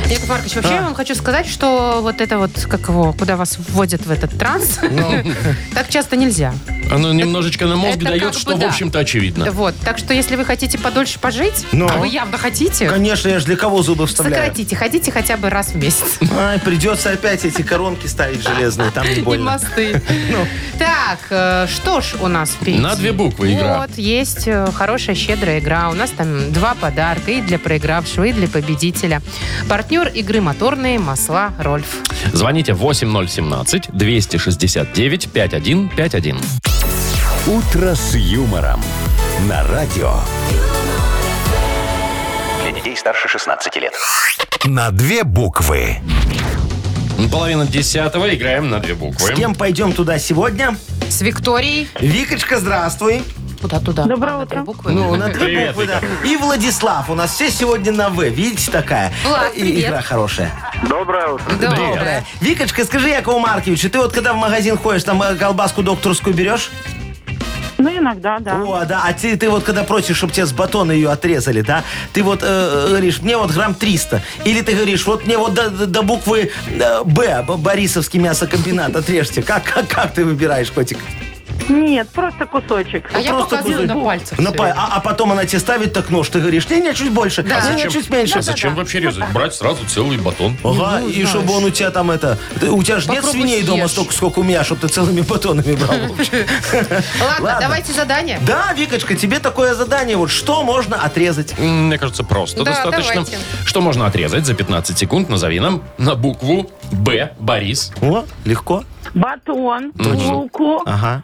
Яков Маркович, А. вообще я вам хочу сказать, что вот это вот, как его, куда вас вводят в этот транс, Ну. так часто нельзя. Оно немножечко на мозг Это как дает, бы что, в да. общем-то, очевидно. Вот, так что если вы хотите подольше пожить, Ну. а вы явно хотите, Конечно, я же для кого зубы вставляю? сократите, ходите хотя бы раз в месяц. Ай, придется опять эти коронки ставить железные, там не И больно. мосты. Так, э, что ж у нас впереди? На две буквы игра. Вот, есть э, хорошая, щедрая игра. У нас там два подарка и для проигравшего, и для победителя. Партнер игры «Моторные масла Рольф». Звоните 8017-269-5151. «Утро с юмором» на радио. Для детей старше 16 лет. На две буквы. Половина десятого, играем на две буквы. С кем пойдем туда сегодня? С Викторией. Викочка, здравствуй. Куда-туда? Доброе А, на три утро. буквы? Ну, на три Привет, буквы, да. И Владислав. У нас все сегодня на «В». Видите, такая Влад, И- привет. игра хорошая. Доброе утро. Доброе. Викочка, скажи, Якову Марковичу, ты вот когда в магазин ходишь, там э, колбаску докторскую берешь? Ну, иногда, да. О, да. А ты, ты вот когда просишь, чтобы тебе с батона ее отрезали, да? Ты вот э, э, говоришь, мне вот грамм 300. Или ты говоришь, вот мне вот до, до- до буквы э, «Б» Б- Борисовский мясокомбинат отрежьте. Как, как, как ты выбираешь, котик? Нет, просто кусочек. А я Просто показываю кусок. на пальцах. На всё. па- а, а потом она тебе ставит так нож. Ты говоришь, не-не, чуть больше. Да. «Не-не, Зачем? чуть меньше. А зачем вообще резать? Брать сразу целый батон. Ага, ну, и знаешь. чтобы он у тебя там это... ты- У тебя же нет Попробуй свиней дома съешь. столько, сколько у меня, чтобы ты целыми батонами брал. Ладно, Ладно. давайте задание. Да, Викочка, тебе такое задание. Вот что можно отрезать? М, Мне кажется, просто Да, достаточно. давайте. Что можно отрезать за 15 секунд? Назови нам на букву Б. Борис. О, легко. Батон, булку, Ага.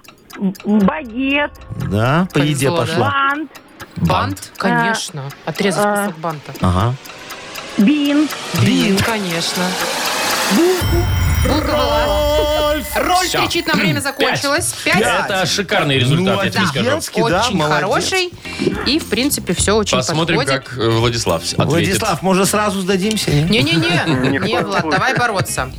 багет, Да, по еде Повезло, да. пошла. бант, Бант, конечно. Отрезать А. кусок банта. Ага. бинт. Блин, конечно. Булка была. Роль Всё. кричит, нам время закончилось. Пять. Это Ну, шикарный результат, я тебе скажу. офигенский, да, Очень молодец. хороший. И, в принципе, все очень Посмотрим, подходит. как э, Владислав ответит. Владислав, может, сразу сдадимся? не? Не-не-не, в не, коем Влад, случае. давай бороться.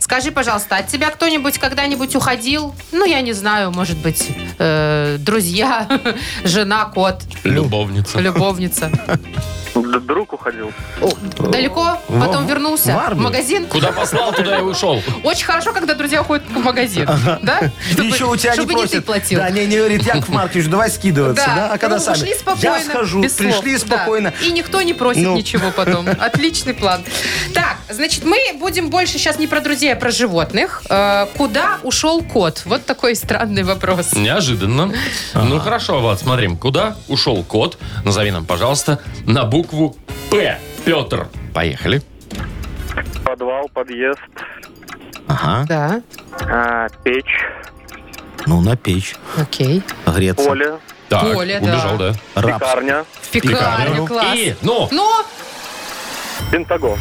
Скажи, пожалуйста, от тебя кто-нибудь когда-нибудь уходил? Ну, я не знаю, может быть, э, друзья, жена, кот, ну. Любовница. любовница. Д- Друг уходил. О, Далеко, потом вернулся в в армию. магазин. Куда послал, туда и ушел. Очень хорошо, когда друзья уходят в магазин, да? И еще у тебя чтобы не не ты просят. платил. Да, не, не говорит, Яков Маркович, давай скидываться. Да, а когда ну, сами? Ушли спокойно. Я схожу, без слов, пришли да. спокойно. И никто не просит Ну. ничего потом. Отличный план. Так, значит, мы будем больше сейчас не про друзей, а про животных. Э, куда ушел кот? Вот такой странный вопрос. Неожиданно. Ну хорошо, Влад, смотрим. Куда ушел кот? Назови нам, пожалуйста, на букву П. Петр. Поехали. Подвал, подъезд, Ага, Да, а, печь, ну на печь. окей. Греться. поле, Так, Поле, да. убежал, да. Рапс. пекарня, В пекарню, класс. И, ну, Но Пентагон.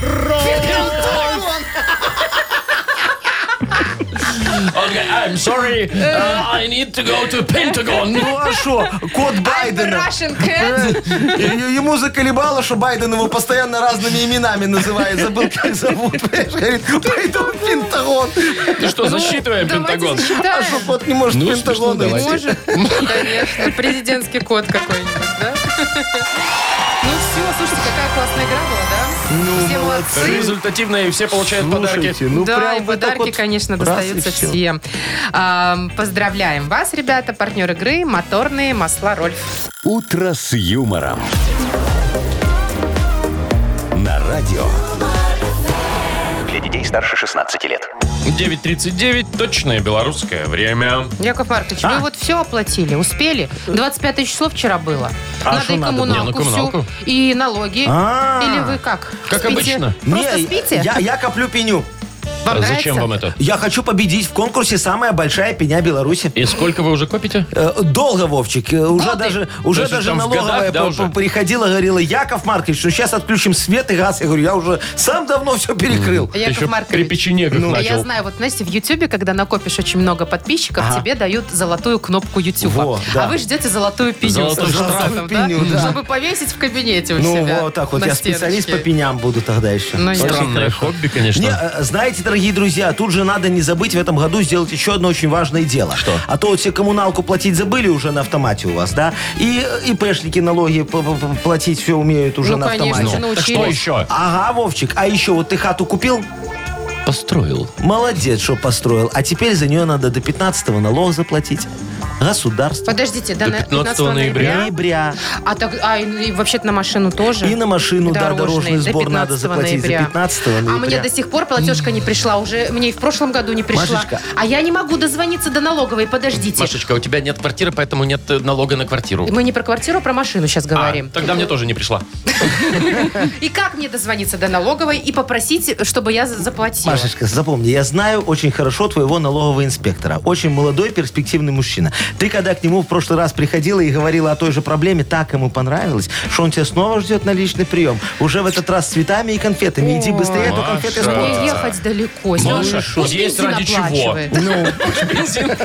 Okay, I'm sorry, Э. uh, I need to go to Pentagon. Ну а что? Кот Байдена. Russian cat. Э, е- Ему заколебало, что Байден его постоянно разными именами называет. Забыл, как зовут. Понимаешь, говорит, пойду в Пентагон. Ну, Ты что, засчитываем Ну, Давайте Пентагон? А засчитаем. что кот не может в Ну, Пентагон смешно, идти? Может, конечно. Президентский код какой-нибудь, да? Ну все, слушайте, какая классная игра была, да? Ну, все молодцы. Результативно, и все получают подарки. Слушайте, ну да, прям и вы так подарки, вот конечно, раз и достаются всё. всем. Ам, поздравляем вас, ребята, партнер игры «Моторные масла Рольф». «Утро с юмором». На радио. Для детей старше 16 лет. 9.39, точное белорусское время. Яков Маркович, А. вы вот все оплатили, успели? 25 число вчера было. А надо что и надо было? коммуналку, Не, ну, коммуналку. всю, и налоги. А. Или вы как? Как Спите? обычно. Просто Не, спите? Я, я коплю пеню. Вам нравится? Зачем вам это? Я хочу победить в конкурсе «Самая большая пеня Беларуси». И сколько вы уже копите? Э, Долго, Вовчик, э, уже Вот и- даже, уже Даже даже там в налоговая годах, да, по- уже? по- приходила, говорила, Яков Маркович, ну сейчас отключим свет и газ. Я говорю, я уже сам давно все перекрыл. Яков Еще при Маркович. печенегах А начал. Я знаю, вот знаете, в Ютубе, когда накопишь очень много подписчиков, Ага. тебе дают золотую кнопку Ютуба. Во, да. А вы ждете золотую пеню. Золотую с штрафом, штраф. да? Пеню, да. Чтобы повесить в кабинете у Ну, себя. вот так вот, на я специалист по стеночке. пеням буду тогда еще. Ну, я- Странное хобби, конечно. Не, э, знаете, дорогие друзья, тут же надо не забыть в этом году сделать еще одно очень важное дело. Что? А то вот все коммуналку платить забыли уже на автомате у вас, да? И э, ИПшники налоги п- п- п- платить все умеют уже Ну, на конечно, автомате. Так что научились. еще? Ага, Вовчик, а еще вот ты хату купил? Построил. Молодец, что построил. А теперь за нее надо до 15 налог заплатить. Государство. Подождите, до, До на- 15 ноября? Ноября. А, так, а и, и вообще-то на машину тоже? И на машину, да, дорожный до сбор надо 15 заплатить за 15 А мне ноября. до сих пор платежка не пришла уже. Мне и в прошлом году не пришла. Машечка. А я не могу дозвониться до налоговой, подождите. Машечка, у тебя нет квартиры, поэтому нет э, налога на квартиру. Мы не про квартиру, про машину сейчас А, говорим. тогда мне тоже не пришла. И как мне дозвониться до налоговой и попросить, чтобы я за- заплатила? Машечка, запомни, я знаю очень хорошо твоего налогового инспектора. Очень молодой, перспективный мужчина. Ты когда к нему в прошлый раз приходила и говорила о той же проблеме, так ему понравилось, что он тебя снова ждет на личный прием. Уже в этот раз с цветами и конфетами. Иди быстрее, а то конфеты Маша. испортятся. Мне ехать далеко. Маша, Слушай, пусть есть бензин ради чего. Ну, оплачивает.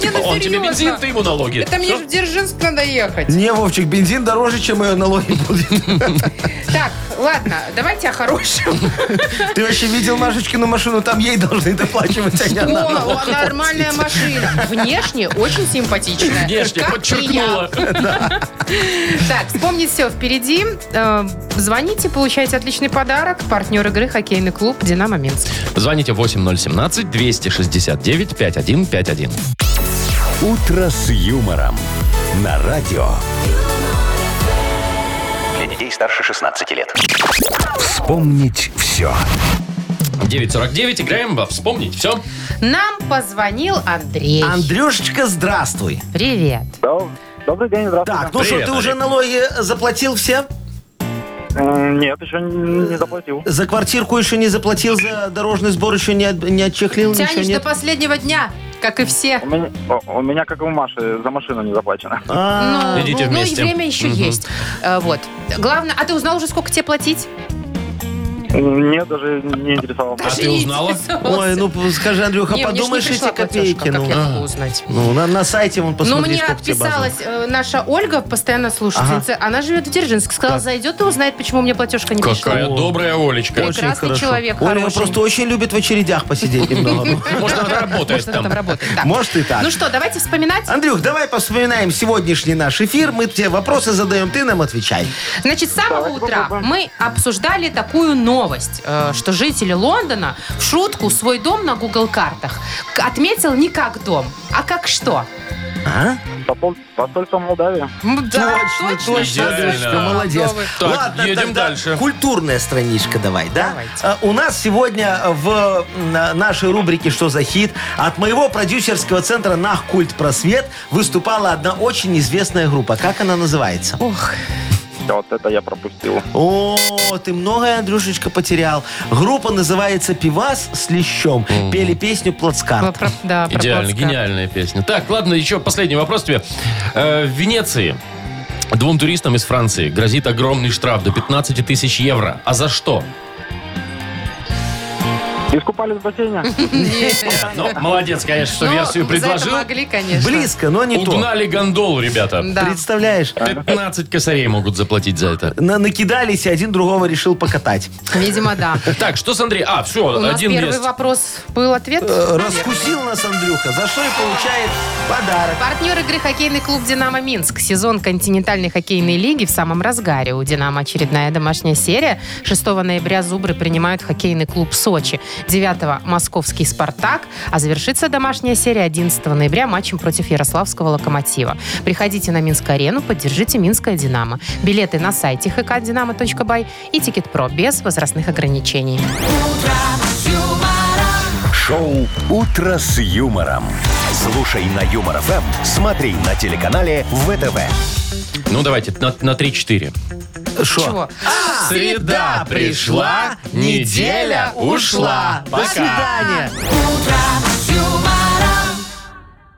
Не, ну Он тебе серьезно. бензин, ты ему налоги. Это мне Всё? же в Дзержинск надо ехать. Не, Вовчик, бензин дороже, чем ее налоги будут. Так, ладно, давайте о хорошем. Ты вообще видел Машечкину машину? Там ей должны доплачивать, а не она. О, нормальная машина. Внешне очень симпатичная. Внешне Как подчеркнула. Так, вспомнить все впереди. Э, Звоните, получаете отличный подарок. Партнер игры хоккейный клуб «Динамо Минск». Звоните 8017-269-5151. «Утро с юмором». На радио. Для детей старше 16 лет. Вспомнить все. 949, играем во «Вспомнить все». Нам позвонил Андрей. Андрюшечка, здравствуй. Привет. Добрый день, здравствуйте. Так, ну что, Привет, ты уже Олег. налоги заплатил все? Э, Нет, еще не не заплатил. За квартирку еще не заплатил, за дорожный сбор еще не, от- не отчехлил, ничего Тянешь до нет? последнего дня, как и все. У меня, о- у меня, как и у Маши, за машину не заплачено. А, Ну, Идите ну, ну и вместе. время еще Мгм. есть. Э, Вот. Главное, а ты узнал уже, сколько тебе платить? Нет, даже не интересовал. А Даже ты не узнала? интересовался. Ой, ну скажи, Андрюха, Не, мне ж не подумаешь, пришла эти платежка, копейки. Как я Ну, могу узнать? Ну, на, на сайте вон Ну, посмотри, мне сколько тебе Ну, базово. отписалась э, наша Ольга, постоянно слушательница. Она живет в Дзержинске. Сказала, зайдет и узнает, почему мне платежка не пришла. Какая добрая Олечка. Прекрасный человек, Оля хороший. ну, просто очень любит в очередях посидеть немного. ну. Может, она работает Может, она там там. работает. Так. Может и так. Ну что, давайте вспоминать. Андрюх, давай повспоминаем сегодняшний наш эфир. Мы тебе вопросы задаем, ты нам отвечай. Значит, с самого утра мы обсуждали такую новость, э, что жители Лондона в шутку свой дом на Google картах к- отметил не как дом, а как что? А? Посол- Посольство Молдавии. М, Да, Точно, точно, посольство Андрюшка, Идеально. молодец. Молдовы. Так, едем дальше. Культурная страничка давай, да? Давайте. А, У нас сегодня в м, на- нашей рубрике «Что за хит» от моего продюсерского центра «Нах Культ Просвет» выступала одна очень известная группа. Как она называется? Ох, Да, Вот это я пропустил. О, ты многое, Андрюшечка, потерял. Группа называется «Пивас с лещом». Пели песню про- «Плацкарт». про- да, про Идеально, Плацкарт. гениальная песня. Так, ладно, еще последний вопрос тебе. Э, В Венеции двум туристам из Франции грозит огромный штраф до 15 тысяч евро. А за что? Искупались в бассейне? Ну, молодец, конечно, что Ну, версию за это предложил. могли, конечно. Близко, но не то. Угнали гондолу, ребята. Да. Представляешь? 15 косарей могут заплатить за это. На- накидались, и один другого решил покатать. Видимо, да. Так, что с Андреем? А, У все, нас один первый есть. вопрос был ответ. Э, Раскусил нас Андрюха, за что и получает подарок. Партнер игры хоккейный клуб «Динамо Минск». Сезон континентальной хоккейной лиги в самом разгаре. У «Динамо» очередная домашняя серия. 6 ноября «Зубры» принимают хоккейный клуб «Сочи». 9 московский «Спартак». А завершится домашняя серия 11 ноября матчем против Ярославского «Локомотива». Приходите на Минск-арену, поддержите «Минское Динамо». Билеты на сайте hkdinamo.by и «Тикет.Про» без возрастных ограничений. Шоу «Утро с юмором». Слушай на Юмор ФМ, смотри на телеканале ВТВ. Ну, давайте, на, на 3-4. Шо? Чего? Среда пришла, неделя ушла. До свидания. Утро с